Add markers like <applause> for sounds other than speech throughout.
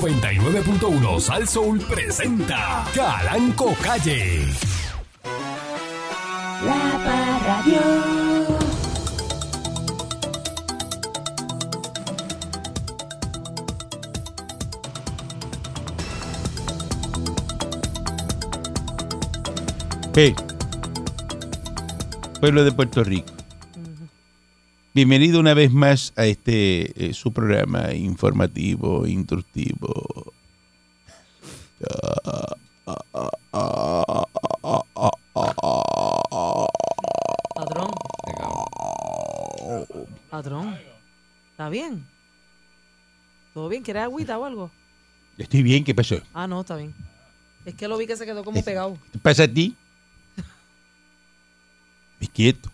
99.1 Sal Soul presenta Calanco Calle. La Parradio. Hey, pueblo de Puerto Rico. Bienvenido una vez más a este eh, su programa informativo, instructivo. Patrón. Patrón. ¿Está bien? ¿Todo bien? ¿Quieres agüita o algo? Estoy bien, ¿qué pasó? Ah, no, está bien. Es que lo vi que se quedó como pegado. ¿Qué pasa a ti? Me quieto.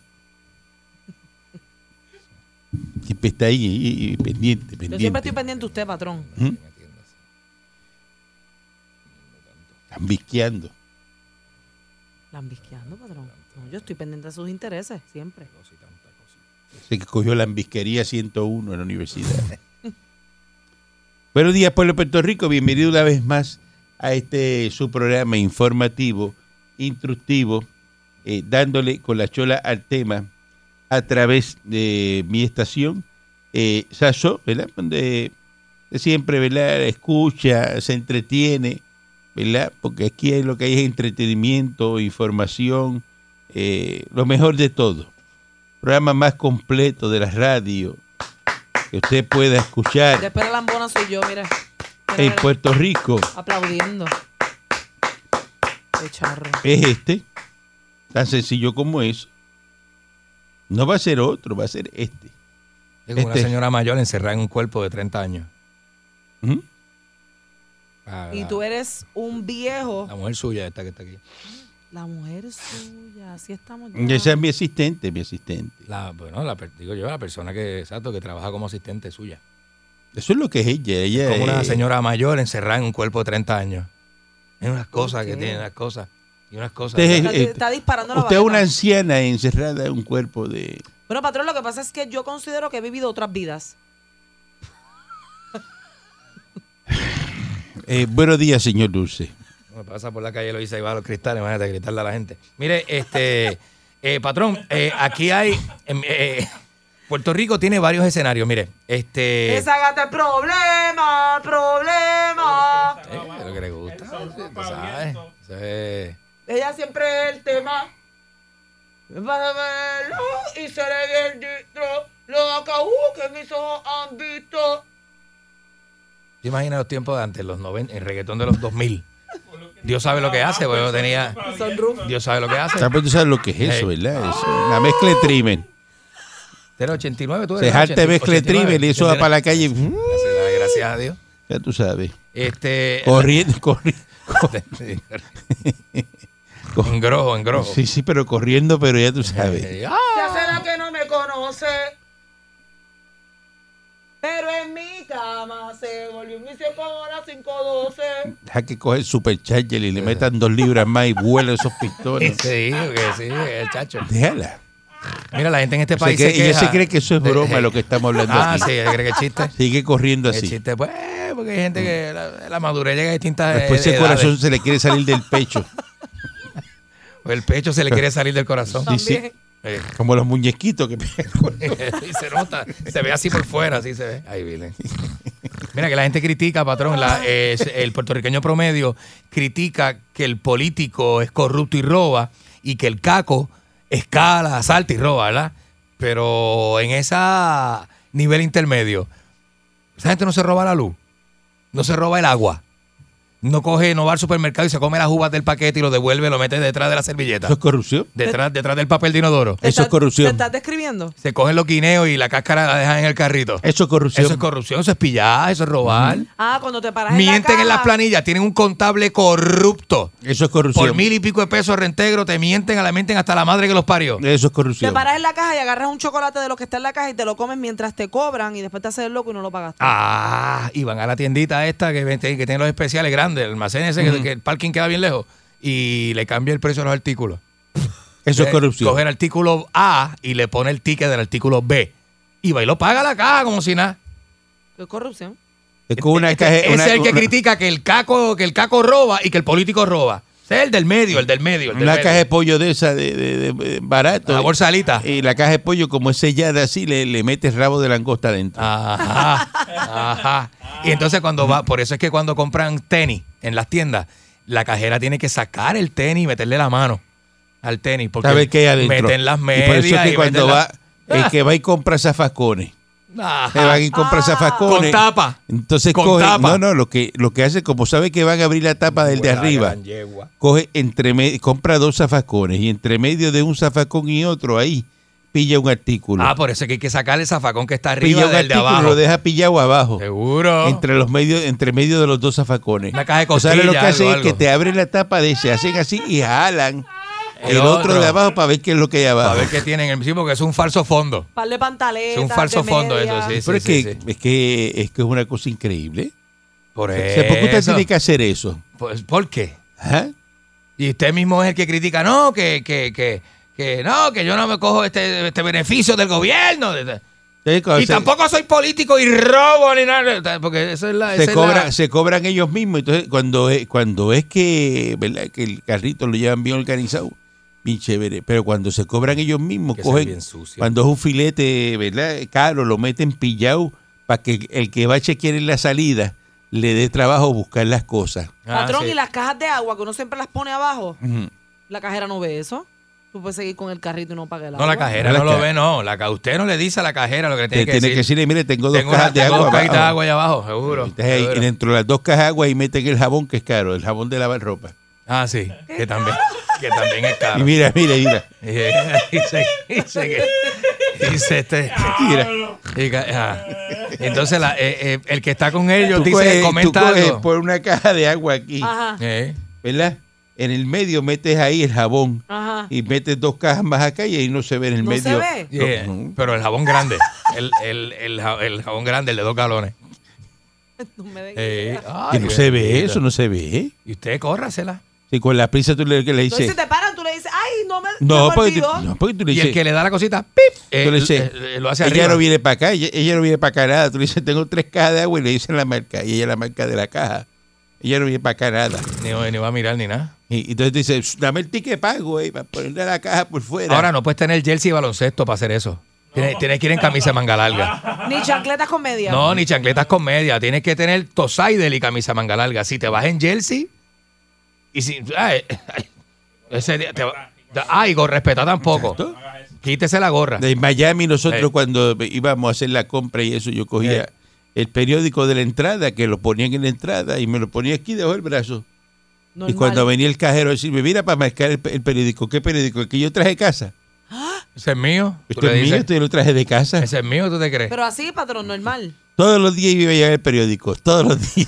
Siempre está ahí, ahí, ahí, pendiente, pendiente. Yo siempre estoy pendiente de usted, patrón. ¿Mm? Están visqueando. Lambisqueando, patrón. No, yo estoy pendiente de sus intereses, siempre. Sé que cogió la ambisquería 101 en la universidad. Buenos días, pueblo de Puerto Rico. Bienvenido una vez más a este su programa informativo, instructivo, eh, dándole con la chola al tema a través de mi estación, eh, Sasso, ¿verdad? Donde siempre, ¿verdad? Escucha, se entretiene, ¿verdad? Porque aquí lo que hay es entretenimiento, información, eh, lo mejor de todo programa más completo de la radio que usted pueda escuchar Después de la lambona soy yo, mira. Mira, en mira, Puerto Rico Aplaudiendo. Qué charro. es este. Tan sencillo como eso. No va a ser otro, va a ser este. Es como Este- una señora mayor encerrada en un cuerpo de 30 años. ¿Mm? Ah, Y la- tú eres un viejo. La mujer suya esta que está aquí. La mujer suya. Así estamos. Y Ya. Esa es mi asistente, mi asistente. La, bueno, la, per- digo yo, la persona que, exacto, que trabaja como asistente suya. Eso es lo que es ella. ella Como una es- señora mayor encerrada en un cuerpo de 30 años. Es unas cosas que Ok. tiene, unas cosas. Y unas cosas. Usted Está, eh, está disparando la Usted es una baqueta. anciana encerrada en un cuerpo de... Bueno, patrón, lo que pasa es que yo considero que he vivido otras vidas. Eh, buenos días, señor Dulce. Me pasa por la calle lo dice y va a los cristales, imagínate, a gritarle a la gente. Mire, este, <laughs> eh, patrón, eh, aquí hay. em, eh, Puerto Rico tiene varios escenarios, mire. Este. Esa gata es problema, problema. Eh, es lo que le gusta. tú sabes. Eso es- Ella siempre es el tema. Para verlo y seré bendito. Lo acabó que mis ojos han visto. ¿Te imaginas los tiempos de antes, los 90, el reggaetón de los 2000? Dios sabe lo que hace, porque yo tenía. Sunroof. Dios sabe lo que hace. ¿Sabes tú sabes lo que es eso, Hey. verdad? Es una mezcla de trimen. Usted era 89, tú Se eres. jalta de 80, mezcla de 89. trimen y eso va para la calle. mm, Gracias, a- gracias a Dios. Ya tú sabes. Este. Corriendo, corriendo. <laughs> engrojo, engrojo. Sí, sí, pero corriendo, pero ya tú sabes. Eh, ah, Ya será que no me conoce. Pero en mi cama se volvió un vicio como las 512. Deja que coge el supercharger y le metan dos libras más y vuela esos pistones. Sí, que sí, el chacho. Déjala. Mira, la gente en este Se país cree- se ella queja. se cree que eso es de- broma lo que estamos hablando Ah, aquí. sí, ella cree que es chiste. Sigue corriendo Es así. chiste, pues, porque hay gente que la, la madurez llega a distintas Después eh, ese edades. corazón se le quiere salir del <laughs> pecho. O el pecho se le quiere salir del corazón. Sí, sí. También. Eh, Como los muñequitos que <laughs> y se nota, se ve así por fuera, así se ve. Ay, Vilén. Mira que la gente critica, patrón, la, eh, el puertorriqueño promedio critica que el político es corrupto y roba y que el caco escala, asalta y roba, ¿verdad? Pero en ese nivel intermedio, esa gente no se roba la luz, no se roba el agua, no coge, no va al supermercado y se come las uvas del paquete y lo devuelve, lo mete detrás de la servilleta, Eso es corrupción. detrás, detrás del papel de inodoro. ¿Te Eso es estás- corrupción. ¿Te estás describiendo? Se cogen los guineos y la cáscara la dejan en el carrito. Eso es corrupción. Eso es corrupción, eso es pillar, eso es robar. Ah, cuando te paras en la Mienten cama. en las planillas, tienen un contable corrupto. Eso es corrupción. Por mil y pico de pesos de reintegro, te mienten, a la mienten hasta la madre que los parió. Eso es Te corrupción. paras en la caja y agarras un chocolate de lo que está en la caja y te lo comes mientras te cobran y después te haces el loco y no lo pagaste. Ah, y van a la tiendita esta que, vende- que tiene los especiales grandes, el almacén ese, que- que, el parking queda bien lejos, y le cambia el precio a los artículos. Eso es Eh, corrupción. Coge el artículo A y le pone el ticket del artículo B. Y va y lo paga a la caja como si nada. Qué corrupción. Es con una Este- caja. ese Eh, una- es el que una- critica que el caco, que el caco roba y que el político roba. Ese es el del medio, el del medio. El del Una medio. caja de pollo de esa, de, de- de- de barato. La borsalita. Y la caja de pollo, como es sellada así, le, le metes rabo de langosta adentro. Ajá, ajá. Y entonces cuando va, por eso es que cuando compran tenis en las tiendas, la cajera tiene que sacar el tenis y meterle la mano al tenis. Porque ¿Sabes qué hay adentro? Ah, Meten las Y medias. por eso es que y cuando meten va, la- Ah, el que va y compra zafascones. Ajá. Se van y compran Con zafascones. tapa. Entonces Con coge, tapa. no, no, lo que, lo que hace, como sabe que van a abrir la tapa del de Buena arriba, gran yegua. coge entre me- compra dos zafascones y entre medio de un zafascón y otro ahí pilla un artículo. Ah, por eso es que hay que sacar el zafacón que está arriba pilla un del de artículo, abajo. lo deja pillado abajo. Seguro. Entre los medios, entre medio de los dos zafacones. Una caja de O sea, costillas, lo que hacen algo, es que algo. te abren la tapa de ese, hacen así y jalan el, El otro, otro. de abajo para ver qué es lo que hay A abajo. ver qué tienen en el porque es un falso fondo. Par de Es pantaletas. un falso de fondo media. eso, sí, sí, Pero es, sí, que, sí. es que es que es una cosa increíble. Por O sea, ¿Por qué usted Pues eso. tiene que hacer eso? Pues, ¿Por qué? ¿Ah? Y usted mismo es el que critica, no, que, que, que, que no, que yo no me cojo este, este beneficio del gobierno. Entonces, cuando y se- tampoco soy político y robo ni nada. Porque eso es la. esa se, es cobra- la- se cobran ellos mismos. Entonces, cuando es, cuando es que, ¿verdad? que el carrito lo llevan bien organizado, bien chévere. Pero cuando se cobran ellos mismos, Que se ve cogen, bien sucio. cuando es un filete ¿verdad? caro, lo meten pillado para que el que va a chequear en la salida le dé trabajo buscar las cosas. Ah, Patrón, sí. y las cajas de agua que uno siempre las pone abajo. La cajera no ve eso. Tú puedes seguir con el carrito y no pagar el No, la agua. cajera La no lo caja. ve, no. La, ca- usted no le dice a la cajera lo que le Te tiene que tiene que decir. decirle, mire, tengo dos Tengo cajas una- de tengo agua. dos cajitas de abajo". agua ahí abajo, seguro. Entonces, ahí, seguro. dentro de las dos cajas de agua y meten el jabón que es caro, el jabón de lavar ropa. Ah, sí, que también, que también es Y caro. mira, mira, mira. <laughs> dice, dice que- dice este. mira. Y ca- ajá. Entonces, la- eh, eh, el que está con ellos Tú dice, coges- tú comenta coges pues. algo. por una caja de agua aquí. Ajá, Eh, ¿verdad? En el medio metes ahí el jabón ajá. y metes dos cajas más acá y ahí no se ve en el ¿No medio. se ve? No, yeah, no. Pero el jabón grande. El, el- el ja- el jabón grande, el de dos galones. No me den- Eh, Que ay, Ah, no se ve bendito. eso, no se ve. Y usted córrasela. Si con la prisa tú le, que le Entonces dices. si te paran, tú le dices, ay, no me, No, no me pues, porque tú, olvidó". no, porque tú le Y el dices. que le da la cosita, ¡pip! eh, tú le l- dices, eh, lo hace ella arriba. no viene para acá, ella, ella no viene para acá nada. Tú le dices, tengo tres cajas de agua y le dicen la marca. Y ella la marca de la caja. Ella no viene para acá nada. Ni, ni va a mirar ni nada. Y, y entonces tú dices, dame el ticket de pago eh, para ponerle la caja por fuera. Ahora no puedes tener jersey y baloncesto para hacer eso. Tienes, tienes que ir en camisa de manga larga. Ni chancletas con media. No, ni chancletas con media. Tienes que tener tosaidel y camisa de manga larga. Si te vas en jersey y si. Ay, ay, ese día te va- da- ay, gorra, respeta tampoco. Quítese la gorra. De Miami nosotros Eh. cuando íbamos a hacer la compra y eso, yo cogía el periódico de la entrada, que lo ponían en la entrada y me lo ponía aquí debajo del brazo. Normal. Y cuando venía el cajero a decirme, mira para marcar el, pe- el periódico, ¿qué periódico? El que yo traje de casa. Ese es mío. Tú Esto Este le es mío, dices, esto yo lo traje de casa. Ese es mío, ¿tú te crees? Pero así, patrón, normal. Todos los días iba a llevar el periódico, todos los <laughs> días.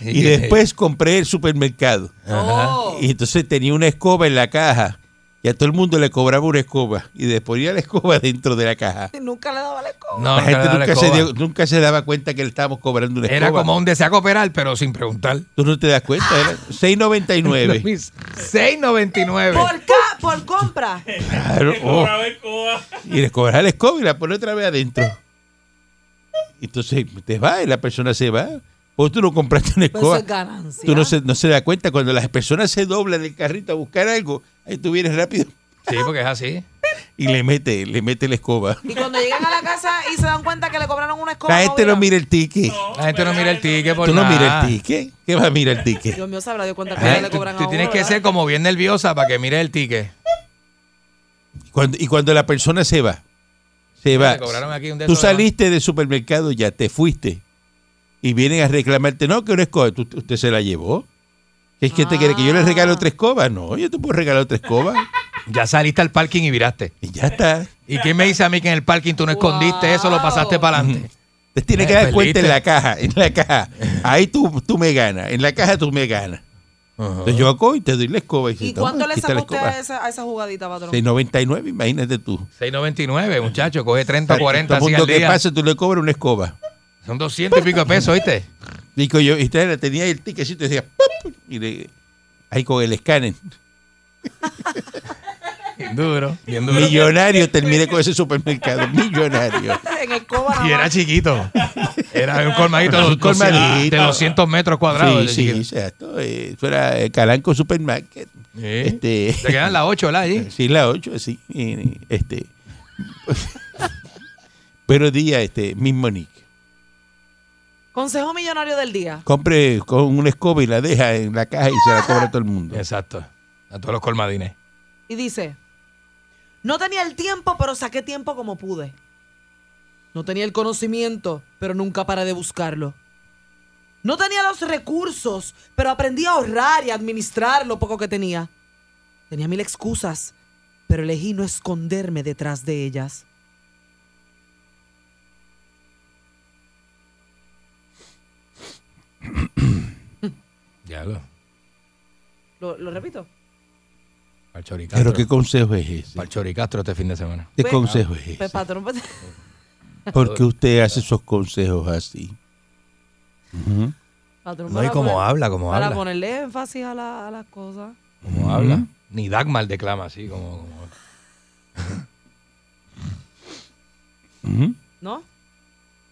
Y este, después compré el supermercado. Oh. Y entonces tenía una escoba en la caja. Y a todo el mundo le cobraba una escoba. Y les ponía la escoba <laughs> dentro de la caja. Y <laughs> nunca le daba la escoba. No, la gente nunca le da la nunca se, escoba. dio- nunca se daba cuenta que le estábamos cobrando una Era escoba. como un deseo cooperar, pero sin preguntar. Tú no te das cuenta, <laughs> era 6.99. 6.99. Por, ca por compra. claro. oh. Y le cobras la escoba y la pones otra vez adentro. Entonces te va y la persona se va. Vos tú no compraste una Pero Pues eso escoba. es ganancia. Tú no se, no se da cuenta cuando las personas se doblan del carrito a buscar algo. Ahí tú vienes rápido Sí, porque es así. y le mete, le mete la escoba. Y cuando llegan a la casa y se dan cuenta que le cobraron una escoba. La gente no movida. mira el ticket. La gente no mira el ticket por Tú no miras nada. el ticket. ¿Qué vas a mirar el ticket? Dios mío, sabrá Dios cuántas Ay, cosas le tú, cobran tú a tienes uno, que ¿verdad? ser como bien nerviosa para que mire el ticket. Cuando- y cuando la persona se va, se Me va. cobraron aquí un Tú desodorante. saliste del supermercado, ya te fuiste. Y vienen a reclamarte, no, que una escoba, ¿Tú- usted se la llevó. ¿Qué es que te quiere que yo le regale otra escoba? No, yo te puedo regalar otra escoba. Ya saliste al parking y viraste. Y ya está. ¿Y quién me dice a mí que en el parking tú no escondiste eso, lo pasaste para adelante? Te tienes que Eh, dar cuenta en perdiste. la caja, en la caja. Ahí tú, tú me ganas, en la caja tú me ganas. Entonces yo cojo y te doy la escoba. Y, dices, ¿Y cuánto toma, le aquí está sacó la usted escoba. a esa, a esa jugadita, patrón? 6.99, imagínate tú. 6.99, muchacho, coge 30, 40, Todo así mundo al este que día. pasa, tú le cobras una escoba. Son 200 y pico de pesos, ¿viste? Digo yo, y usted tenía el ticketcito y decía, ¡pop! y le- ahí con el escáner. Duro, bien duro. Millonario terminé con ese supermercado. Millonario. En el coba nada Y era más. chiquito. Era un colmadito, Era un de dos- colmadito. de 200 metros cuadrados. sí, sí, chiquito. exacto. Eh, Eso era eh, Calanco Supermarket. Sí. Este, Se quedan las 8, ¿verdad? Allí. <laughs> sí, la 8, sí. Y, Este. <laughs> Pero día, este, mismo Nick. Consejo millonario del día. Compre con una escoba y la deja en la caja y se la cobra todo el mundo. Exacto. A todos los colmadines. Y dice, no tenía el tiempo, pero saqué tiempo como pude. No tenía el conocimiento, pero nunca paré de buscarlo. No tenía los recursos, pero aprendí a ahorrar y a administrar lo poco que tenía. Tenía mil excusas, pero elegí no esconderme detrás de ellas. Ya lo. Lo, lo repito. Para Chori Castro. Pero qué consejo es ese. Pa'l Chori Castro este fin de semana. ¿Qué Pues- consejo es Pues, ese? patrón, pues- ¿Por qué usted hace esos consejos así? patrón, No, y <laughs> para cómo poner- habla, cómo Para habla. ponerle énfasis a, la- a las cosas. Cómo habla. Ni Dagmar declama así, como. como- ¿No?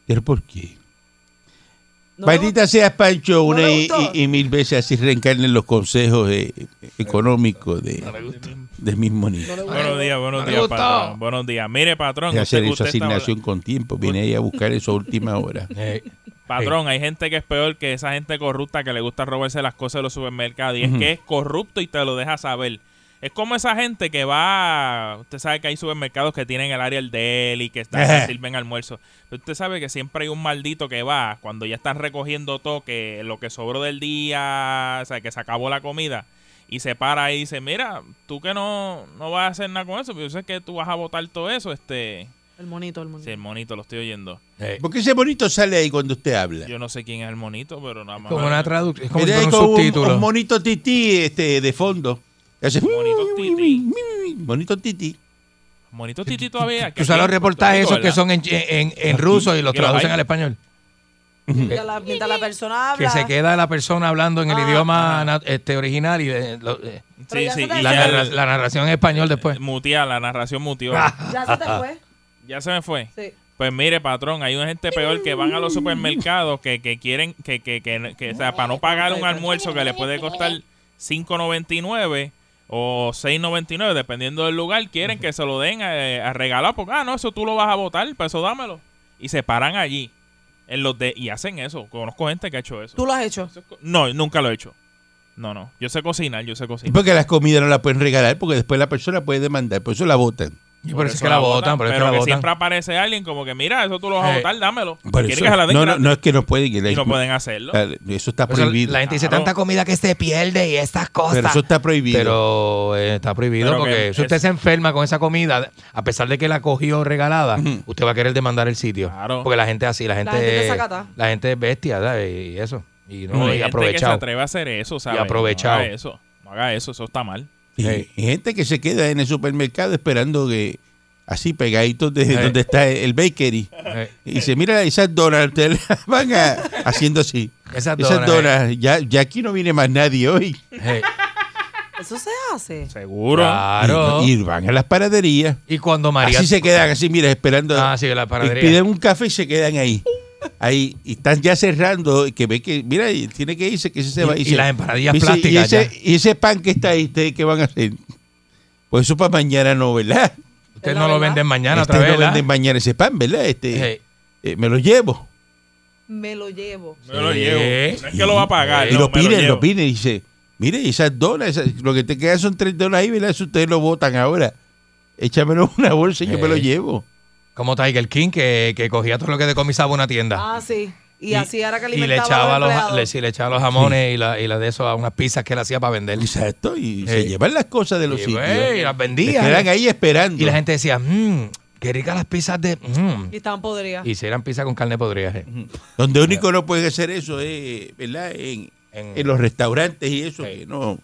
¿Pero por qué? ¿No le Maldita seas, Pancho, una le y, gustó? y- y mil veces así reencarnen los consejos eh, económicos de, del mismo niño. Buenos días, buenos me días, gustó. patrón. Buenos días. Mire, patrón, De hacer esa usted- usted está asignación con tiempo. Viene ahí a buscar eso a última <laughs> hora. Eh, habla- patrón, hay gente que es peor que esa gente corrupta que le gusta robarse las cosas de los supermercados. Y es que es corrupto y te lo deja saber. Es como esa gente que va, usted sabe que hay supermercados que tienen el área del deli, que están, que sirven almuerzo. Pero usted sabe que siempre hay un maldito que va, cuando ya están recogiendo todo, que lo que sobró del día, o sea, que se acabó la comida, y se para y dice, mira, tú que no, no vas a hacer nada con eso, pero yo sé que tú vas a botar todo eso, este... El monito, el monito. Sí, el monito, lo estoy oyendo. eh. Porque ese bonito sale ahí cuando usted habla. Yo no sé quién es el monito, pero nada más. Como una traducción. Es como si Viene ahí fuera un con un, subtítulo. un monito tití este, de fondo. Y hace- Monito tití. Monito tití. Monito Titi todavía. Tú sabes los reportajes esos que son en, en, en ruso y los Y los traducen hay. al español. Mientras, la, mientras la persona Que habla. se queda la persona hablando en el Ah. idioma na- este, original y eh, lo- eh, Pero Sí, ya sí. se te- y la, ya- narra- la Ah. narración en español después. Mutea, la narración mutió. Ya se te <laughs> fue. Ya se me fue. Sí. Pues mire, patrón, hay una gente peor que van a los supermercados que, que quieren, que, que, que, que, o sea, para no pagar un almuerzo que le puede costar 5.99 o 6.99, dependiendo del lugar, quieren que se lo den eh, a, regalar, porque, ah, no, eso tú lo vas a votar, pues eso dámelo. Y se paran allí. En los de, y hacen eso. Conozco gente que ha hecho eso. Tú lo has hecho. Eso es co- No, nunca lo he hecho. No, no. Yo sé cocinar, yo sé Y cocinar. porque las comidas no las pueden regalar porque después la persona puede demandar. Por eso la votan. Y por eso es que la votan, por eso es pero que la que votan. siempre aparece alguien como que, mira, eso tú lo vas a Eh, votar, dámelo. Por Quiere eso- que se la den no, no, gratis. no es que no pueden. que la- y no pueden hacerlo. eh, Eso está Por eso prohibido. la gente dice Claro. tanta comida que se pierde y estas cosas. Pero eso está prohibido. Pero eh, está prohibido Pero porque que si usted es- se enferma con esa comida, a pesar de que la cogió regalada, Ujú. usted va a querer demandar el sitio. Claro. Porque la gente es así, la gente, gente es- desacata. la gente es bestia, ¿verdad? Y eso. Y no, No, y hay gente que se aprovechado. atreve a hacer eso, ¿sabes? aprovechado. No haga eso. No haga eso, eso está mal. Y Sí. y gente que se queda en el supermercado esperando que así pegaditos de Sí. donde está el bakery. Eh, Y dice, mira esas donas, ustedes las van a- haciendo así. Esas Esas donas, donas, ya, ya aquí no viene más nadie hoy. eh, Eso se hace. Seguro. claro. Y, Y, y van a las paraderías. cuando María. Así se quedan, así, mira, esperando. Ah, sí, la Y paradería. piden un café y se quedan ahí. Ahí, y están ya cerrando, y que ve que, mira, y tiene que irse, que ese se Y- va. y se- las empanadillas y ese- plásticas Y ese, y ese pan que está ahí, ¿ustedes qué van a hacer? Pues eso para mañana no, ¿verdad? Ustedes Es la no lo verdad. venden mañana Este otra no vez. ¿verdad? venden mañana ese pan, ¿verdad? Este, Eh, eh, me lo llevo. Me lo llevo. Me lo Sí. llevo. No es que lo va a pagar. y no, lo me piden, llevo. lo piden. Y dice, mire, esas donas, esas- lo que te quedan son tres donas ahí, ¿verdad? Si ustedes lo botan ahora, échamelo en una bolsa y yo me lo Eh. llevo. Como Tiger King, que, que cogía todo lo que decomisaba una tienda. Ah, sí. Y, así era que y le alimentaba echaba a los los, empleados. le, sí, le echaba los jamones y, la, y la de eso a unas pizzas que él hacía para vender. Exacto, y se Eh. llevan las cosas de los pues, Y, sitios. güey, las Se vendía. quedan ahí esperando. Y la gente decía, mmm, qué ricas las pizzas de. mm". Y estaban podridas. Y si eran pizzas con carne podrida. eh. Donde único no puede hacer eso es, ¿verdad? En, En- en los restaurantes y eso, Sí. que no.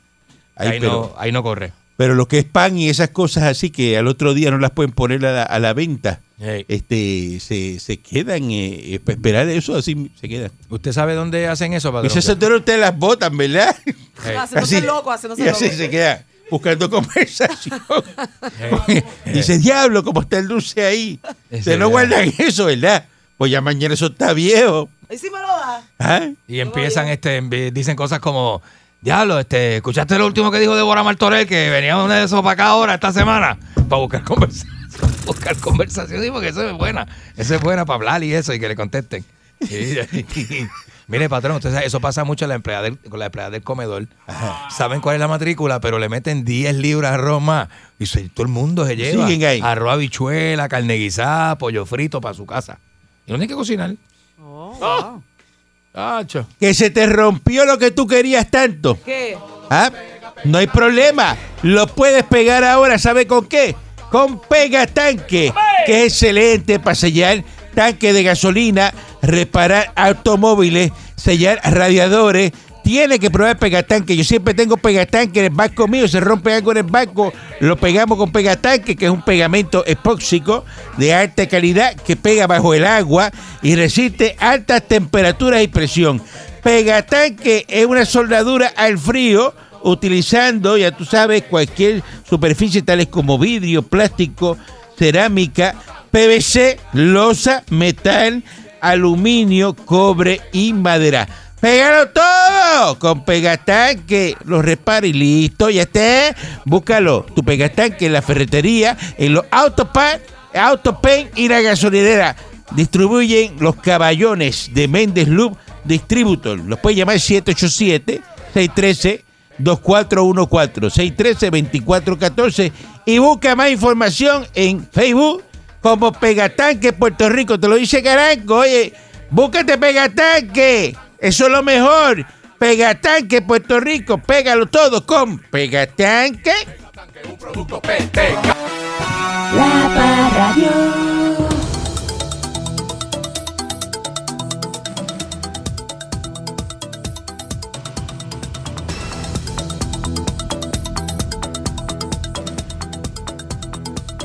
Ahí, Ahí, pero, no, ahí no corre. pero lo que es pan y esas cosas así que al otro día no las pueden poner a la, a la venta, este se, se quedan, eh, eh, para esperar eso así se quedan. ¿Usted sabe dónde hacen eso, Y padrón? se ustedes las botan, ¿verdad? Eh, Haciéndose loco, haciéndose y así loco. se queda. buscando <laughs> conversación. <laughs> Dice, diablo, ¿cómo está el dulce ahí? Es Se no verdad. guardan eso, ¿verdad? Pues ya mañana eso está viejo. Ahí sí me lo da. ¿Ah? Y empiezan, este, envi- dicen cosas como, diablo, este, ¿escuchaste lo último que dijo Débora Martorell? Que venía una de esos para acá ahora, esta semana, para buscar <laughs> conversación. Buscar conversación, sí, porque eso es buena. Eso es buena para hablar y eso, y que le contesten. Y- <laughs> y- Mire, patrón, usted sabe, eso pasa mucho en la empleada del- con la empleada del comedor. Saben cuál es la matrícula, pero le meten 10 libras de arroz más. Y se- todo el mundo se lleva Siguen ahí. arroz habichuela, carne guisada, pollo frito para su casa. Y no tiene que cocinar. Ah, cho. Que se te rompió lo que tú querías tanto. ¿Qué? ¿Ah? No hay problema. Lo puedes pegar ahora. ¿Sabe con qué? Con pega tanque, que es excelente para sellar tanque de gasolina, reparar automóviles, sellar radiadores. Tiene que probar pegatanque. Yo siempre tengo pegatanque en el banco mío. Se rompe algo en el banco, lo pegamos con pegatanque, que es un pegamento epóxico de alta calidad que pega bajo el agua y resiste altas temperaturas y presión. Pegatanque es una soldadura al frío utilizando, ya tú sabes, cualquier superficie tales como vidrio, plástico, cerámica, PVC, losa, metal, aluminio, cobre y madera. ¡Pégalo todo! Con Pegatanque. Lo repara y listo, ya está. Búscalo. Tu Pegatanque en la ferretería, en los autopaint, autopaint y la gasolinera distribuyen los caballones de Méndez Loop Distributor. Los puede llamar 787-613-2414, 613-2414 y busca más información en Facebook como Pegatanque Puerto Rico. Te lo dice Caranco, oye, búscate Pegatanque, eso es lo mejor. Pegatanque Puerto Rico, pégalo todo con Pegatanque. La Parradio.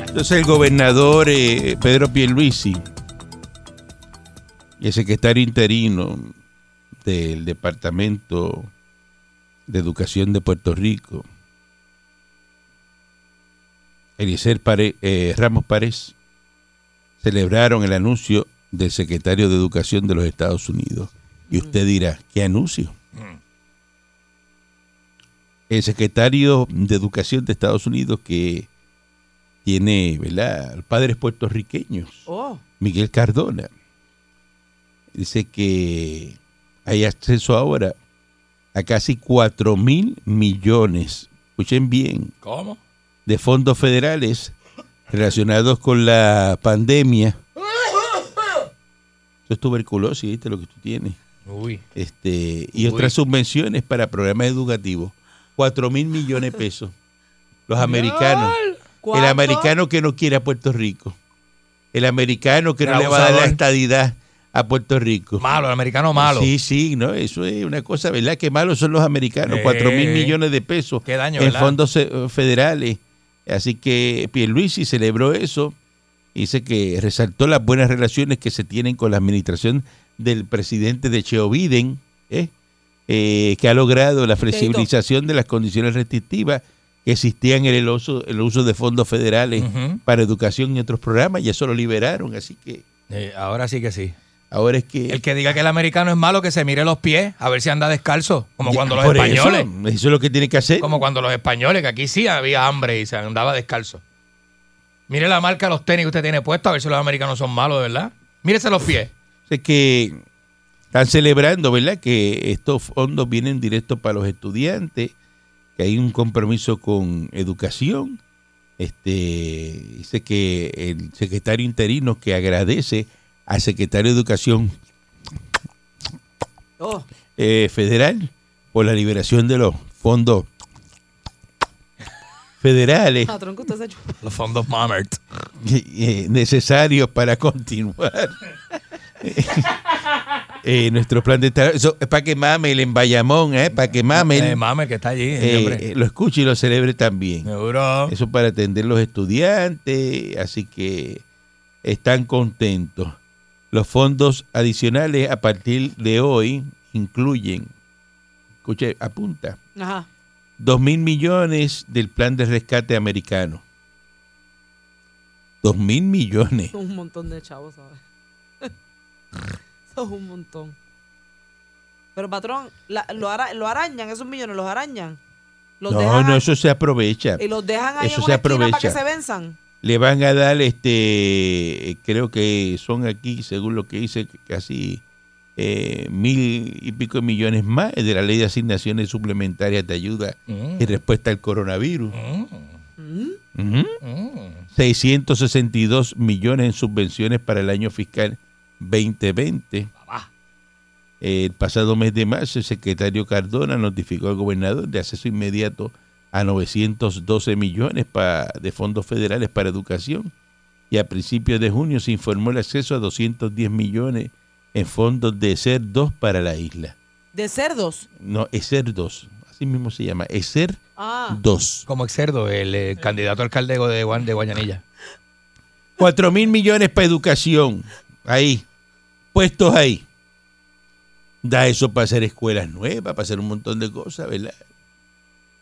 Entonces el gobernador eh, Pedro Pierluisi y el secretario interino del Departamento de Educación de Puerto Rico, Eliezer Pare- eh, Ramos Párez, celebraron el anuncio del secretario de Educación de los Estados Unidos. Y usted dirá, ¿qué anuncio? El secretario de Educación de Estados Unidos que tiene, ¿verdad?, padres puertorriqueños. Oh, Miguel Cardona. Dice que hay acceso ahora a casi 4 mil millones, escuchen bien, ¿Cómo? de fondos federales relacionados con la pandemia. Eso es tuberculosis, ¿viste lo que tú tienes? Uy. Este, y otras subvenciones para programas educativos. 4 mil millones de pesos. Los americanos. El ¿cuánto? americano que no quiere a Puerto Rico. El americano que no El le va a dar la abusador. estadidad a Puerto Rico. Malo, el americano malo. Pues Sí, sí, no, eso es una cosa, ¿verdad? Que malos son los americanos. Eh. Cuatro mil millones de pesos Qué daño, en ¿verdad? fondos eh, federales. Así que Pierluisi celebró eso. Dice que resaltó las buenas relaciones que se tienen con la administración del presidente de Joe Biden, ¿eh? Eh, que ha logrado la flexibilización de las condiciones restrictivas que existían en el uso, el uso de fondos federales Ujú. para educación y otros programas, y eso lo liberaron. Así que Eh, ahora sí que sí. ahora es que... El que diga que el americano es malo, que se mire los pies, a ver si anda descalzo, como Ya, cuando los por eso, españoles. Eso, es lo que tiene que hacer. Como cuando los españoles, que aquí sí había hambre y se andaba descalzo. Mire la marca de los tenis que usted tiene puesto, a ver si los americanos son malos, de ¿verdad? Mírese los pies. Sé que están celebrando, ¿verdad? Que estos fondos vienen directos para los estudiantes, que hay un compromiso con educación. Este, dice que el secretario interino que agradece al secretario de Educación oh. eh, Federal por la liberación de los fondos federales Ah, tronco, usted se chupa. Los fondos Mamert. <laughs> eh, necesarios para continuar <laughs> eh, nuestro plan de trabajo. Eso Es para que mame el en Bayamón, eh, para que mame Eh, Mamert que está allí, siempre. lo escuche y lo celebre también. Seguro. Eso para atender los estudiantes, así que están contentos. Los fondos adicionales a partir de hoy incluyen, escuche, apunta, Ajá. 2 mil millones del plan de rescate americano. 2 mil millones. Un montón de chavos, ¿sabes? Eso es un montón. Pero, patrón, la- lo, ara- lo arañan, esos millones los arañan. Los No, dejan no, a- eso se aprovecha. Y los dejan ahí eso se en una esquina para aprovecha. que se venzan. Le van a dar, este, creo que son aquí, según lo que dice, casi eh, mil y pico de millones más de la ley de asignaciones suplementarias de ayuda y respuesta al Mm. coronavirus. Mm. ¿Mm? Ujú. 662 millones en subvenciones para el año fiscal 2020. El pasado mes de marzo, el secretario Cardona notificó al gobernador de acceso inmediato a 912 millones pa- de fondos federales para educación y a principios de junio se informó el acceso a 210 millones en fondos de E ser 2 para la isla. De cerdos. No, E ESER 2, así mismo se llama, E ESER Ah. 2. Como excerdo, el eh, candidato a alcalde de, Guan- de Guayanilla. 4 mil millones para educación. Ahí. Puestos ahí. Da eso para hacer escuelas nuevas, para hacer un montón de cosas, ¿verdad?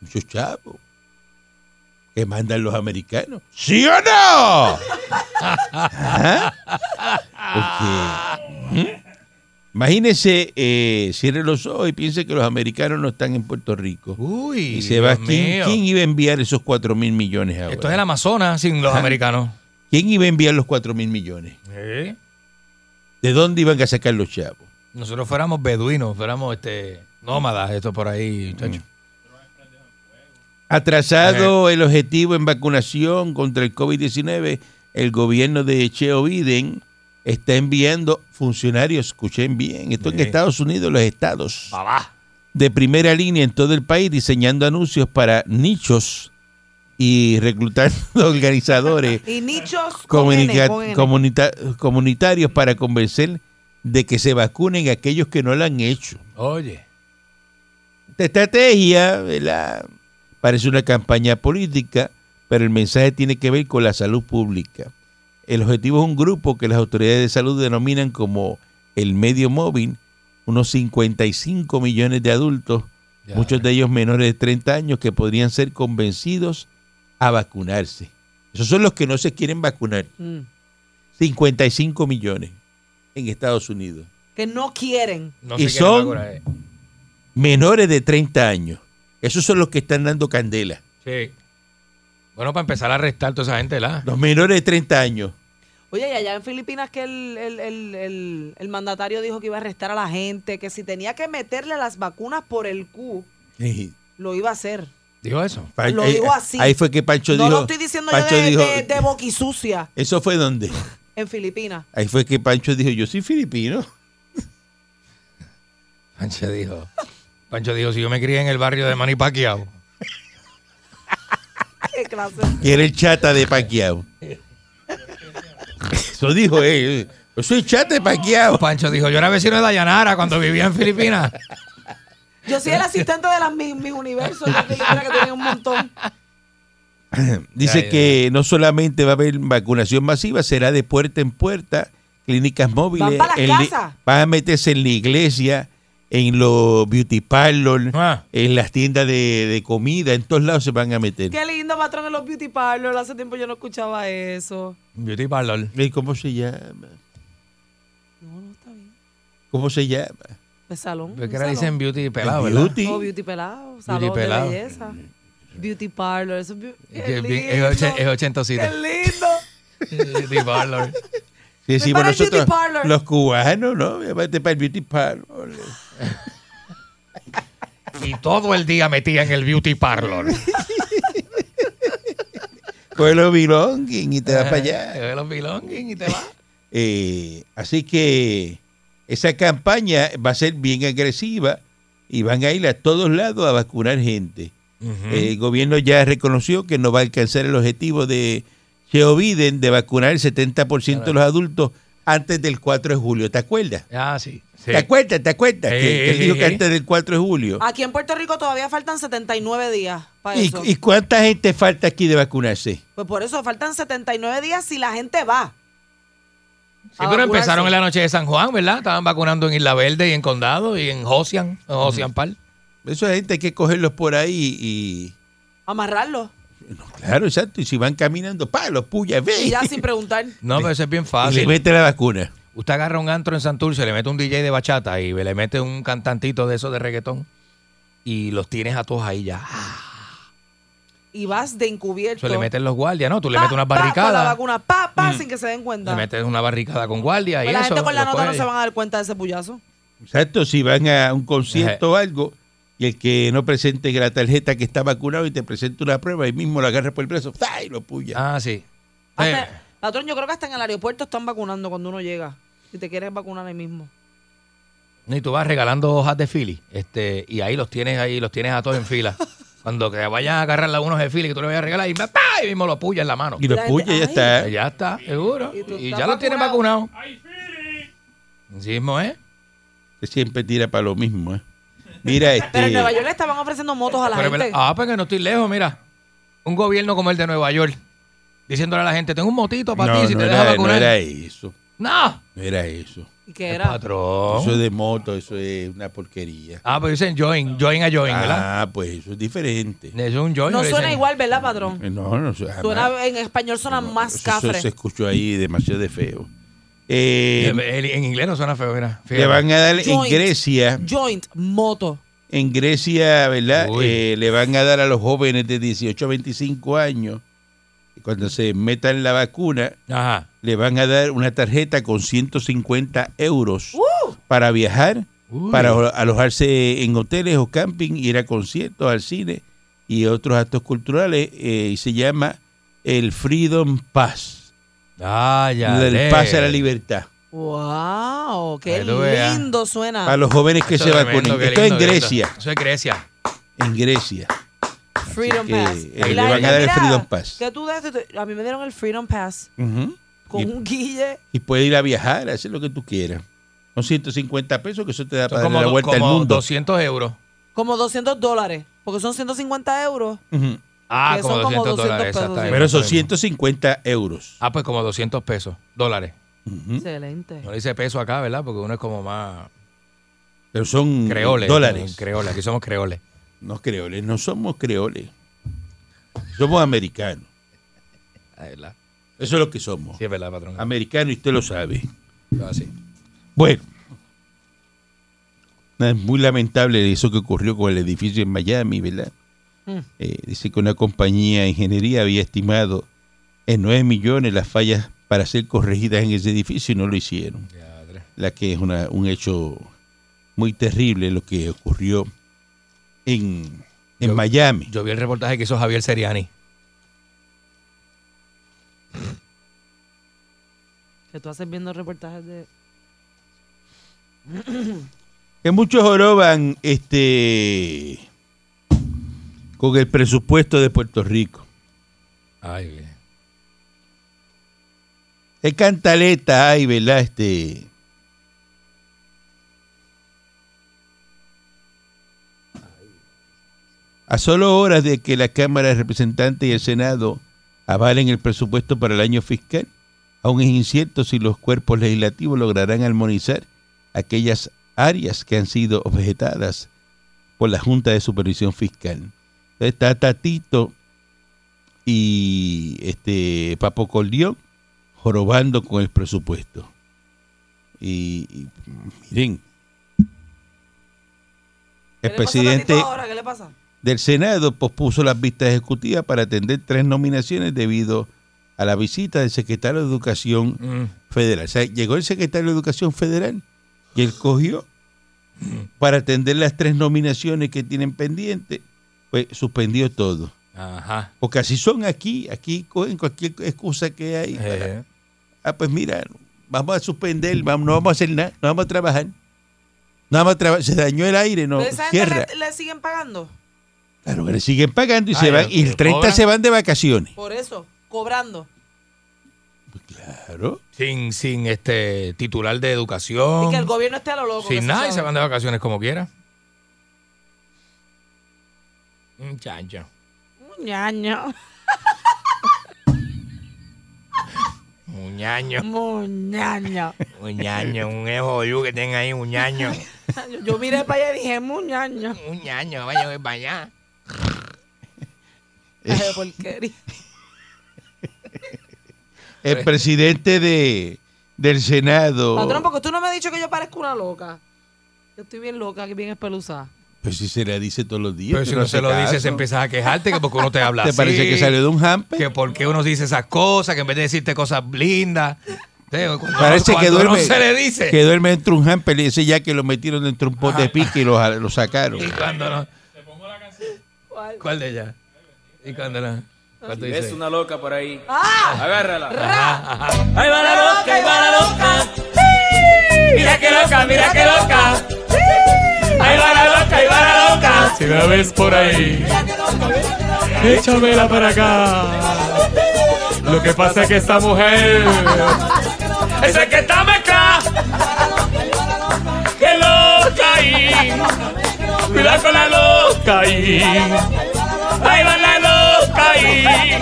Muchos chavos. Que mandan los americanos. ¿Sí o no? <laughs> Ajá. Porque, ¿Mm? Imagínese, eh, cierre los ojos y piense que los americanos no están en Puerto Rico. Uy, y se va. Dios ¿quién, mío. quién iba a enviar esos 4 mil millones ahora? Esto es el Amazonas sin los americanos. ¿Quién iba a enviar los 4 mil millones? ¿Eh? ¿De dónde iban a sacar los chavos? Nosotros fuéramos beduinos, fuéramos este nómadas, esto por ahí, muchachos. Atrasado el objetivo en vacunación contra el COVID-19, el gobierno de Cheo Biden está enviando funcionarios, escuchen bien, esto en Sí. Estados Unidos, los estados Babá. de primera línea en todo el país diseñando anuncios para nichos y reclutando <laughs> organizadores Y nichos con comunica- N, con N. comunita- comunitarios para convencer de que se vacunen a aquellos que no lo han hecho. Oye. Esta estrategia ¿verdad? parece una campaña política, pero el mensaje tiene que ver con la salud pública. El objetivo es un grupo que las autoridades de salud denominan como el medio móvil, unos 55 millones de adultos, Ya. muchos de ellos menores de 30 años, que podrían ser convencidos a vacunarse. Esos son los que no se quieren vacunar. Mm. 55 millones en Estados Unidos. Que no quieren. No Y qué son- locura es. Menores de 30 años. Esos son los que están dando candela. Sí. Bueno, para empezar a arrestar toda esa gente, ¿la? Los menores de 30 años. Oye, y allá en Filipinas que el, el- el- el- el mandatario dijo que iba a arrestar a la gente, que si tenía que meterle las vacunas por el Q, Sí. lo iba a hacer. Dijo eso. Pa- Lo ahí- digo así. Ahí fue que Pancho no dijo. lo estoy diciendo Pancho yo de, dijo- de, de boquisucia ¿Eso fue donde? en Filipinas. Ahí fue que Pancho dijo, yo soy filipino. Pancho dijo. Pancho dijo, si yo me crié en el barrio de Manny Pacquiao. Qué clase. Que era el chata de Paquiao. Eso dijo él. Yo soy chata de Paquiao. Pancho dijo, yo era vecino de Dayanara cuando vivía en Filipinas. Yo soy el asistente de las mis, mis universos en Filipinas que tienen un montón. Dice Ya, ya, que no solamente va a haber vacunación masiva, será de puerta en puerta, clínicas móviles. Van pa' las en li- casas. Van a meterse en la iglesia, en los beauty parlors, Ah. en las tiendas de, de comida, en todos lados se van a meter. Qué lindo patrón en los beauty parlors. Hace tiempo yo no escuchaba eso. Beauty parlor. ¿Y ¿Cómo se llama? No, no está bien. ¿Cómo se llama? El salón. Porque un ahora salón. dicen beauty pelado, El ¿verdad? beauty. Oh, beauty pelado. Salón pelado. de belleza. Beauty parlor. Eso es beau- Qué Es que bien- lindo. es, ochen- es ochentosito. Qué lindo. <laughs> beauty parlor. Sí, sí, para el nosotros, beauty parlor. los cubanos, ¿no? Vete para el beauty parlor. Y todo el día metía en el beauty parlor. Coge los belonging y te vas para allá. <laughs> Te ve los belongings y te va. Eh, así que esa campaña va a ser bien agresiva y van a ir a todos lados a vacunar gente. El gobierno ya reconoció que no va a alcanzar el objetivo de Joe Biden de vacunar el 70% de los adultos antes del 4 de julio. ¿Te acuerdas? Ah, sí. sí. ¿Te acuerdas? ¿Te acuerdas? que, Sí, que él sí, dijo que sí. antes del 4 de julio. Aquí en Puerto Rico todavía faltan 79 días para ¿Y, eso. y cuánta gente falta aquí de vacunarse? Pues por eso faltan 79 días si la gente va. Ah, Sí, pero empezaron en la noche de San Juan, ¿verdad? Estaban vacunando en Isla Verde y en Condado y en Josian, en Josian Park. Esa gente hay que cogerlos por ahí y. Amarrarlo. no, claro, exacto. Y si van caminando, pa, los puyas, ve. Y ya sin preguntar. No, pero eso es <laughs> bien Y le fácil. mete la vacuna. Usted agarra un antro en Santurce, le mete un DJ de bachata y le mete un cantantito de esos de reggaetón y los tienes a todos ahí ya. Ah, Y vas de encubierto. Eso le meten los guardias, ¿no? Tú le Pa, metes unas pa, Ah, Con la barricadas. vacuna, pa, pa, sin que se den cuenta. Le metes una barricada con guardia y Pues la eso. gente con la los nota no coges. se van a dar cuenta de ese puyazo. Exacto, si van a un concierto o algo y el que no presente la tarjeta que está vacunado y te presenta una prueba y mismo lo agarra por el brazo, ¡ta! y lo puya. Ah, sí. Hasta- Eh, Patrón, yo creo que hasta en el aeropuerto están vacunando cuando uno llega. Si te quieres vacunar ahí mismo. y tú vas regalando hojas de fili, este, y ahí los tienes, ahí los tienes a todos <laughs> en fila. Cuando que vayan a agarrar a unos de fili que tú le vayas a regalar y, ¡pa! y mismo lo puya en la mano. Y lo la gente- puya ya ay. está. Pues Ya está, seguro. Y tú Y, estás ya lo tienes vacunado. vacunado. Así mismo, ¿eh? que Siempre tira para lo mismo. ¿eh? Mira, Pero en este. Nueva York le estaban ofreciendo motos a la Pero, gente. pero, ah, pues que no estoy lejos, mira. Un gobierno como el de Nueva York, diciéndole a la gente, tengo un motito para No, ti si no te dejas era, no vacunar. era eso. No. No era eso. ¿Y qué El era? Ah, patrón. Eso de moto, eso es una porquería. Ah, pues dicen join, join a join, ¿verdad? Ah, pues eso es diferente. Es un join. No le suena dicen. igual, ¿verdad, patrón? Eh, No, no, eso jamás. Suena, en español suena más Eso- eso cafre. se escuchó ahí demasiado de feo. Eh, Eh, el- en inglés no suena feo, mira. le Fíjate. van a dar en Joint. Grecia. Joint, moto. En Grecia, ¿verdad? Uy. Eh, le van a dar a los jóvenes de 18 a 25 años, y cuando se metan la vacuna, Ajá. le van a dar una tarjeta con 150 euros ¡Uh! para viajar, Uy. para alo- alojarse en hoteles o camping, ir a conciertos, al cine y otros actos culturales. eh, y se llama el Freedom Pass, Ah, ya. del le. pase a la libertad. ¡Wow! ¡Qué Ahí tú veas. lindo Para suena! los jóvenes que Eso se es tremendo, vacunen. qué Esto es en lindo, qué lindo. Grecia, Eso es Grecia. en Grecia. Freedom que, Pass. eh, Y la le gente, van a dar el mira, Freedom Pass. ¿qué tú das? Tú- A mí me dieron el Freedom Pass Ujú. con Y- un guille. y puedes ir a viajar, a hacer lo que tú quieras. Son 150 pesos que eso te da Son para darle como, la do- vuelta al como mundo. 200 euros. Como 200 dólares, porque son 150 euros. Ujú. Ah, Que como son como 200 200 dólares. pesos, exactamente. sí. Pero son 150 euros. Ah, pues como 200 pesos, dólares. Ujú. Excelente. No le dice peso acá, ¿verdad? Porque uno es como más Pero son creoles. dólares. Creoles, aquí somos creoles. No creoles, no somos creoles. Somos americanos. Ah, ¿verdad? Eso es lo que somos. Sí, es verdad, patrón. Americanos y usted lo sabe. Ah, sí. Bueno. Nada, Es muy lamentable eso que ocurrió con el edificio en Miami, ¿verdad? Mm. Eh, dice que una compañía de ingeniería había estimado en 9 millones las fallas para ser corregidas en ese edificio y no lo hicieron. La que es una- un hecho muy terrible lo que ocurrió en, en Yo- Miami. Yo vi el reportaje que hizo Javier Seriani. Que tú haces viendo reportajes de... Que muchos joroban este, con el presupuesto de Puerto Rico. Ay, bien. Es cantaleta hay, ¿verdad? Este. A solo horas de que la Cámara de Representantes y el Senado avalen el presupuesto para el año fiscal, aún es incierto si los cuerpos legislativos lograrán armonizar aquellas áreas que han sido objetadas por la Junta de Supervisión Fiscal. Está Tatito y este Papo Cordión jorobando con el presupuesto. Y, y, miren, ¿Qué el le pasa a presidente Tatito ahora? ¿Qué le pasa? del Senado pospuso las vistas ejecutivas para atender tres nominaciones debido a la visita del secretario de Educación Mm. Federal. O sea, llegó el secretario de Educación Federal y él cogió para atender las tres nominaciones que tienen pendientes, pues suspendió todo. Ajá. Porque así son aquí, aquí cogen cualquier excusa que hay. para- Eh, ah, pues mira, vamos a suspender, vamos, no vamos a hacer nada, no vamos a trabajar. No vamos a trabajar, se dañó el aire, no, ¿Pero esa gente cierra. le, le siguen pagando? Claro, que le siguen pagando y Ay, se van, y pero el 30 cobran. se van de vacaciones. Por eso, cobrando. Claro. sin, sin este titular de educación. Y que el gobierno esté a lo loco. que sin se nada y sabe. se van de vacaciones como quiera. Mm, chancho. Un ñaño. Un <laughs> ñaño. Muñaña. Un ñaño. Un ejoyú que tenga ahí. Un <laughs> ñaño. Yo- Yo miré para allá y dije, muñaña. Un ñaño. Vaya, voy para allá. Eh. Ay, <laughs> porquería. Pues- El presidente de, del Senado. Patrón, porque tú no me has dicho que yo parezco una loca. Yo estoy bien loca, que bien espeluzada. Pues si se le dice todos los días. Pero si no hace se lo dice, caso. se empieza a quejarte que porque uno te <laughs> habla ¿Te así, parece que salió de un hamper? Que porque uno dice esas cosas, que en vez de decirte cosas lindas. ¿sí? Cuando- Parece que cuando duerme, No se le dice. que duerme dentro de un hamper y ese ya que lo metieron dentro de un pote de pique y lo, ja- lo sacaron. Y cuando no. ¿Cuál de ellas? Y cuando no. ¿Cuál tú dices? Es una loca por ahí. ¡Ah! Agárrala. Ahí va la loca, ahí va la loca. Mira qué loca, mira qué loca. Ahí va la loca, ahí va la loca. Si la ves por ahí, échamela para acá. Lo que pasa es que esta mujer es el que está mezcla. Qué loca ahí. Cuidado con la loca ahí. Ahí va la loca ahí.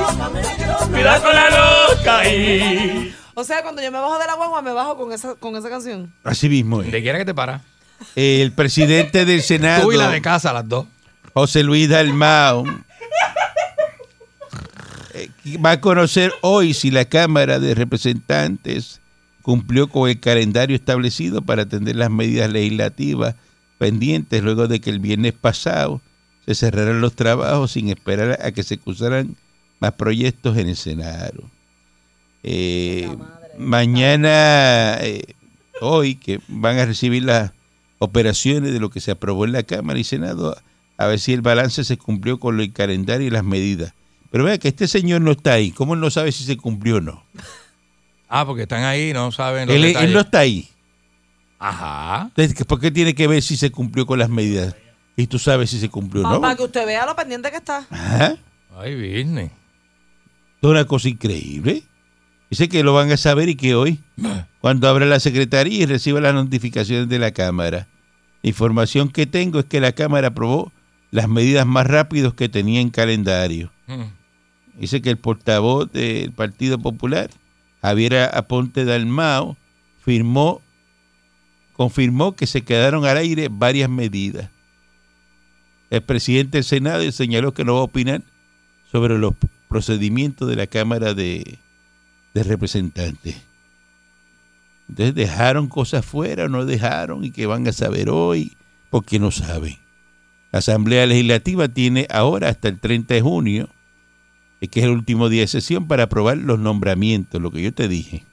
Cuidado con la loca ahí. O sea, cuando yo me bajo de la guagua, me bajo con esa, con esa canción. Así mismo es. ¿De quiera que te para? El presidente del Senado, Tú y la de casa, las dos. José Luis Dalmao, eh, va a conocer hoy si la Cámara de Representantes cumplió con el calendario establecido para atender las medidas legislativas pendientes luego de que el viernes pasado se cerraran los trabajos sin esperar a que se cursaran más proyectos en el Senado. Eh, mañana, eh, hoy, que van a recibir las operaciones de lo que se aprobó en la Cámara y Senado, a ver si el balance se cumplió con el calendario y las medidas. Pero vea que este señor no está ahí, ¿cómo él no sabe si se cumplió o no? Ah, porque están ahí, no saben los Él, él detalles. no está ahí. Ajá. Entonces, ¿por qué tiene que ver si se cumplió con las medidas? Y tú sabes si se cumplió o Pa- Para no. que usted vea lo pendiente que está. Ajá. Ay, Virne. Es una cosa increíble. Dice que lo van a saber y que hoy, cuando abra la secretaría y reciba las notificaciones de la Cámara. La información que tengo es que la Cámara aprobó las medidas más rápidas que tenía en calendario. Mm. Dice que el portavoz del Partido Popular, Javier Aponte Dalmao, firmó, confirmó que se quedaron al aire varias medidas. El presidente del Senado señaló que no va a opinar sobre los procedimientos de la Cámara de, de Representantes. Entonces dejaron cosas fuera, no dejaron y que van a saber hoy, porque no saben. La Asamblea Legislativa tiene ahora hasta el 30 de junio es que es el último día de sesión para aprobar los nombramientos, lo que yo te dije.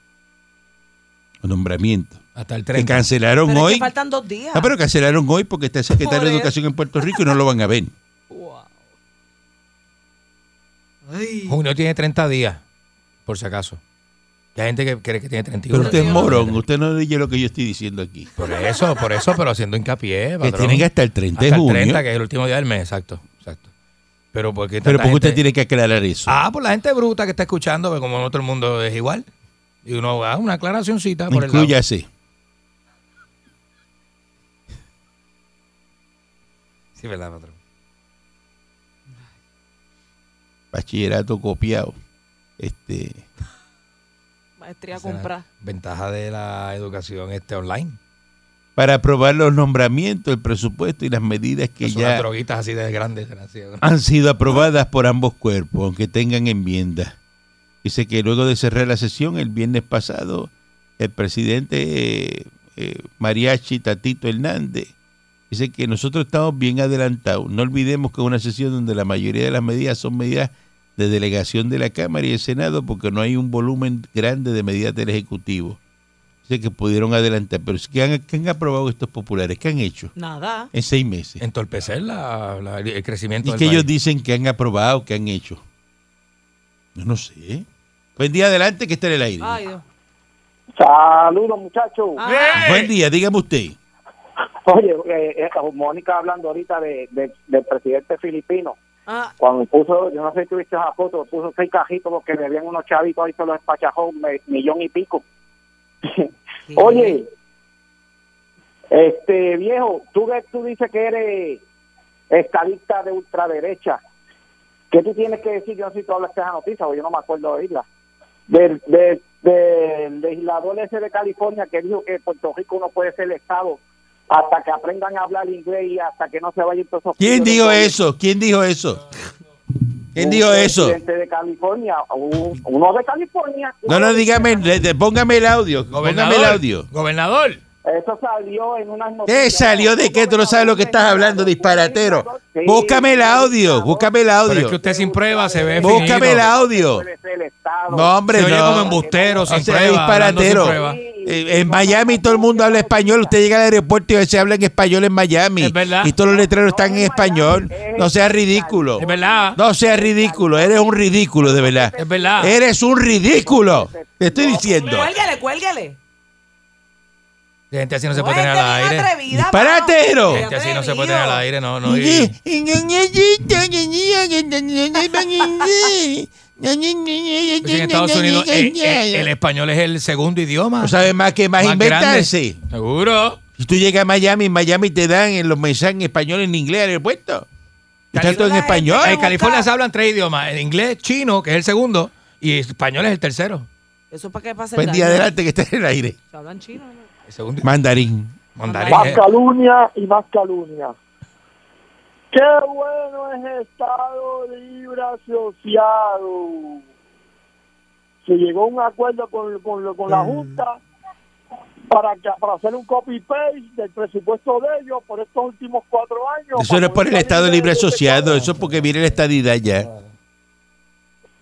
Los nombramientos. Hasta el Que 30. cancelaron Pero es hoy. que faltan dos días. Ah, pero cancelaron hoy porque está el secretario Por de eso. Educación en Puerto Rico y no lo van a ver. Wow. Junio tiene 30 días, por si acaso. Y hay gente que cree que tiene 31. Pero usted es morón, usted no oye lo que yo estoy diciendo aquí. Por eso, por eso, pero haciendo hincapié, Que patrón. tienen hasta el 30 de Hasta el junio. 30, que es el último día del mes, exacto, exacto. Pero porque Pero porque usted gente- tiene que aclarar eso. Ah, por la gente bruta que está escuchando, porque como no todo el mundo es igual. Y uno va una aclaracioncita por el lado. Incluyase. Sí, verdad, patrón. Bachillerato copiado. Este, Maestría Esa es la comprar. Ventaja de la educación este online. para aprobar los nombramientos, el presupuesto y las medidas que Que son unas ya Ah, droguitas así de grandes. así de grandes. han sido aprobadas por ambos cuerpos, aunque tengan enmiendas. Dice que luego de cerrar la sesión el viernes pasado, el presidente eh, eh, Mariachi Tatito Hernández dice que nosotros estamos bien adelantados. No olvidemos que es una sesión donde la mayoría de las medidas son medidas de delegación de la Cámara y el Senado porque no hay un volumen grande de medidas del Ejecutivo. Dice que pudieron adelantar. Pero ¿qué han, qué han aprobado estos populares? ¿Qué han hecho Nada. en seis meses? Entorpecer la, la- el crecimiento Y del que ellos país. dicen que han aprobado, que han hecho. Yo no sé. Buen día adelante que está en el aire. Ay, Dios. Saludos, muchachos. Ah, Buen día, dígame usted. Oye, eh, eh, Mónica hablando ahorita de, de- del presidente filipino. ah, Cuando puso, yo no sé si tuviste esa foto, puso seis cajitos porque le habían unos chavitos ahí, se los espachajó un me- millón y pico. sí. Oye, este viejo, tú, que- tú dices que eres estadista de ultraderecha. ¿Qué tú tienes que decir? Yo no sé si tú hablaste de esa noticia, porque yo no me acuerdo de oírla. del, del- del legislador ese de California que dijo que Puerto Rico no puede ser Estado hasta que aprendan a hablar inglés y hasta que no se vayan todos esos ¿Quién de dijo Cali- eso? ¿Quién dijo eso? ¿Quién un dijo eso? presidente de California, un- uno de California. No, no, dígame, le- le- póngame el audio. Póngame el audio. Gobernador. Eso salió en unas noticias. ¿Qué salió de qué? Tú no sabes lo que estás hablando, disparatero. Búscame el audio, búscame el Pero es que audio. usted sin prueba se ve Búscame el fingido. audio. Puede ser Estado. No, hombre, Se oye no. como embustero, sin O sea, prueba, hablando sin disparatero. prueba. Eh, en Miami todo el mundo habla español. Usted llega al aeropuerto y se habla en español en Miami. Es verdad. Y todos los letreros están en español. No seas ridículo. Es verdad. No seas ridículo. Eres un ridículo, de verdad. Es verdad. Eres un ridículo. Te estoy diciendo. Cuélgale, cuélgale. La gente así no se Oye, puede tener este al bien aire. atrevida, mano. ¡Disparatero! La gente así no se puede tener al aire, no, <laughs> no. Oye, y- Pues en Estados Unidos eh, eh, el español es el segundo idioma. No sabes más que más, más inventarse. grande. Seguro. Si tú llegas a Miami, en Miami te dan en los mensajes en español, en inglés al aeropuerto. Está todo en La gente español. que En California se hablan tres idiomas: el inglés, chino, que es el segundo, y español es el tercero. Eso es para que pase el Buen día daño. adelante que está en el aire. Se hablan chino. ¿no? El segundo Mandarín. mandarín. Más eh. calumnia y más calumnia. Qué bueno es Estado Libre Asociado. Se llegó a un acuerdo con, con, con Mm. la Junta para, que- para hacer un copy-paste del presupuesto de ellos por estos últimos cuatro años. Eso no es por el Estado Libre Asociado, eso es porque viene la estadidad ya.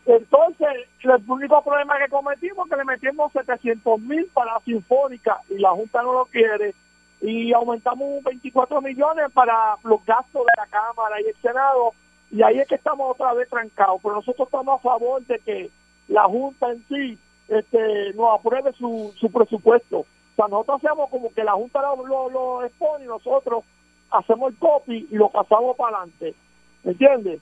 Entonces, el único problema que cometimos es que le metimos 700 mil para la Sinfónica y la Junta no lo quiere. Y aumentamos un 24 millones para los gastos de la Cámara y el Senado. Y ahí es que estamos otra vez trancados. Pero nosotros estamos a favor de que la Junta en sí este, nos apruebe su, su presupuesto. O sea, nosotros hacemos como que la Junta lo, lo, lo expone y nosotros hacemos el copy y lo pasamos para adelante. ¿Entiendes?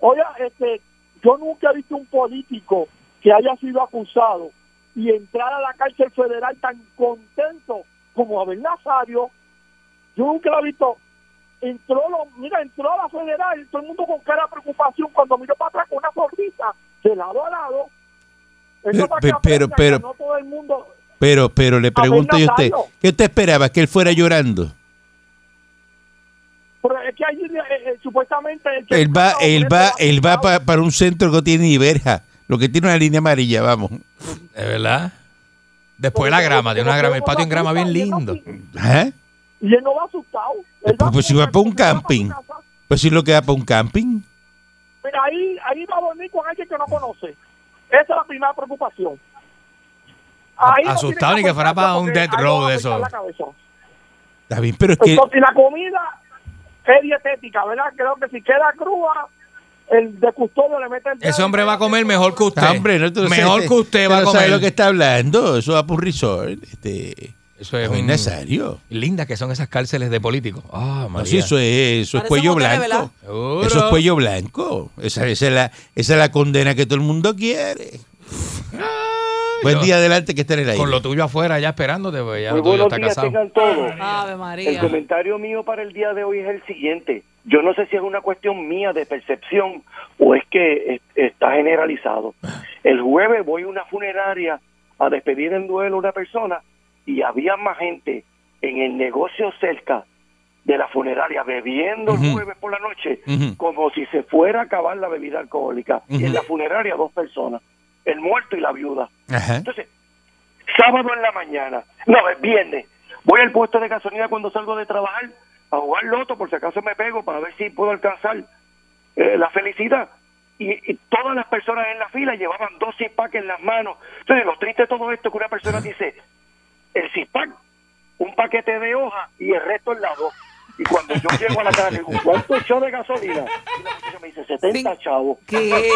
Oiga, este, yo nunca he visto un político que haya sido acusado y entrar a la cárcel federal tan contento como Abel Nazario. Yo nunca lo he visto. Entró, lo, mira, entró a la federal, todo el mundo con cara de preocupación cuando miró para atrás con una sonrisa de lado a lado. Pero- Eso para que pero- aprendan pero- que no todo el mundo Pero, pero le pregunto yo a usted, ¿qué usted esperaba? ¿Que él fuera llorando? Pero es que allí eh, eh, supuestamente... el que- Él va, él va, él va pa- para un centro que no tiene ni verja, lo que tiene una línea amarilla, vamos. Es eh, verdad. Después la grama, tiene una grama, el patio en grama bien lindo. ¿Ah? Y él no va asustado. Él Pues, pues, si va como- pa' un como si va pa' su camping. casa. Pues si lo que va para un camping. Pero ahí, ahí va a dormir con alguien que no conoce. Esa es la primera preocupación. Ahí no Asustado tiene ni que fuera para un porque death ahí row va a de afectar eso. la cabeza. Está bien, pero es que Entonces, y la comida es dietética, ¿verdad? Creo que si queda cruda, el de custodio le mete el dedo Ese y hombre le va a mete comer el- mejor que usted. Ah, hombre, no, tú no mejor sabes- que usted va a no sabe comer. lo que está hablando. Eso va por un resort. Este, Eso es es un... necesario. Linda que son esas cárceles de políticos. Ah, No, María. sí, eso es, eso es Parece cuello motel, blanco. ¿verdad? Eso es cuello blanco. Esa, esa es la, esa es la condena que todo el mundo quiere. Buen yo- día adelante que esté en el aire. Con lo tuyo afuera ya esperándote, pues ya Muy lo tuyo buenos está días casado. tengan todos. Ave El María. comentario mío para el día de hoy es el siguiente. Yo no sé si es una cuestión mía de percepción o es que es- está generalizado. El jueves voy a una funeraria a despedir en duelo a una persona y había más gente en el negocio cerca de la funeraria bebiendo el Ujú. jueves por la noche Ujú. como si se fuera a acabar la bebida alcohólica. Y Ujú. en la funeraria dos personas, el muerto y la viuda. Ajá. Entonces, sábado en la mañana, no, es viernes, voy al puesto de gasolina cuando salgo de trabajar a jugar loto por si acaso me pego para ver si puedo alcanzar eh, la felicidad. Y, y todas las personas en la fila llevaban dos pack en las manos. Entonces, lo triste de todo esto es que una persona dice, el CISPAC, un paquete de hoja y el resto en la dos. Y cuando yo llego a la casa, digo, ¿cuánto echó de gasolina? Y la muchacha me dice, 70 chavos.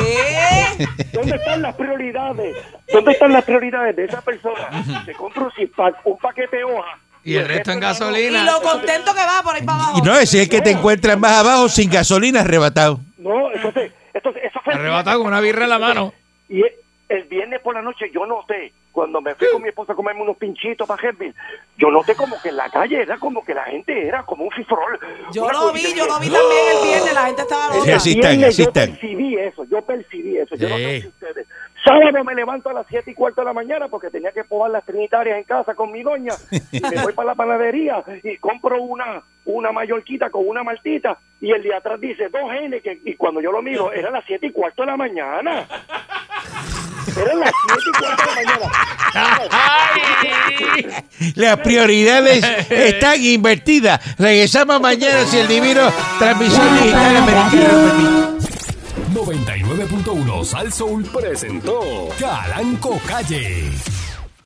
¿Qué? ¿Dónde están las prioridades? ¿Dónde están las prioridades de esa persona? Se compra un, zip-pack, un paquete de hoja. Y el resto en Y gasolina. lo contento que va por ahí para abajo. Y no, ese es el que te encuentras más abajo sin gasolina arrebatado. No, entonces, entonces eso fue... Arrebatado con una birra en la mano. Y, El viernes por la noche yo noté, cuando me fui con mi esposa a comerme unos pinchitos para Hempel, yo noté como que en la calle era como que la gente era como un cifrol. Yo lo vi, yo lo vi también el viernes, la gente estaba Sí, loca. así están, así yo están. percibí eso, yo percibí eso. Yo no sé Sí. si ustedes. Sábado me levanto a las 7 y cuarto de la mañana porque tenía que probar las trinitarias en casa con mi doña. Y me voy para la panadería y compro una, una mallorquita con una maltita. Y el de atrás dice dos N. Y cuando yo lo miro, era las 7 y cuarto de la mañana. Eran las 7 y cuarto de la mañana. Las prioridades están invertidas. Regresamos mañana si el divino transmisión digital americana lo permite. 99.1 Sal Soul presentó Calanco Calle.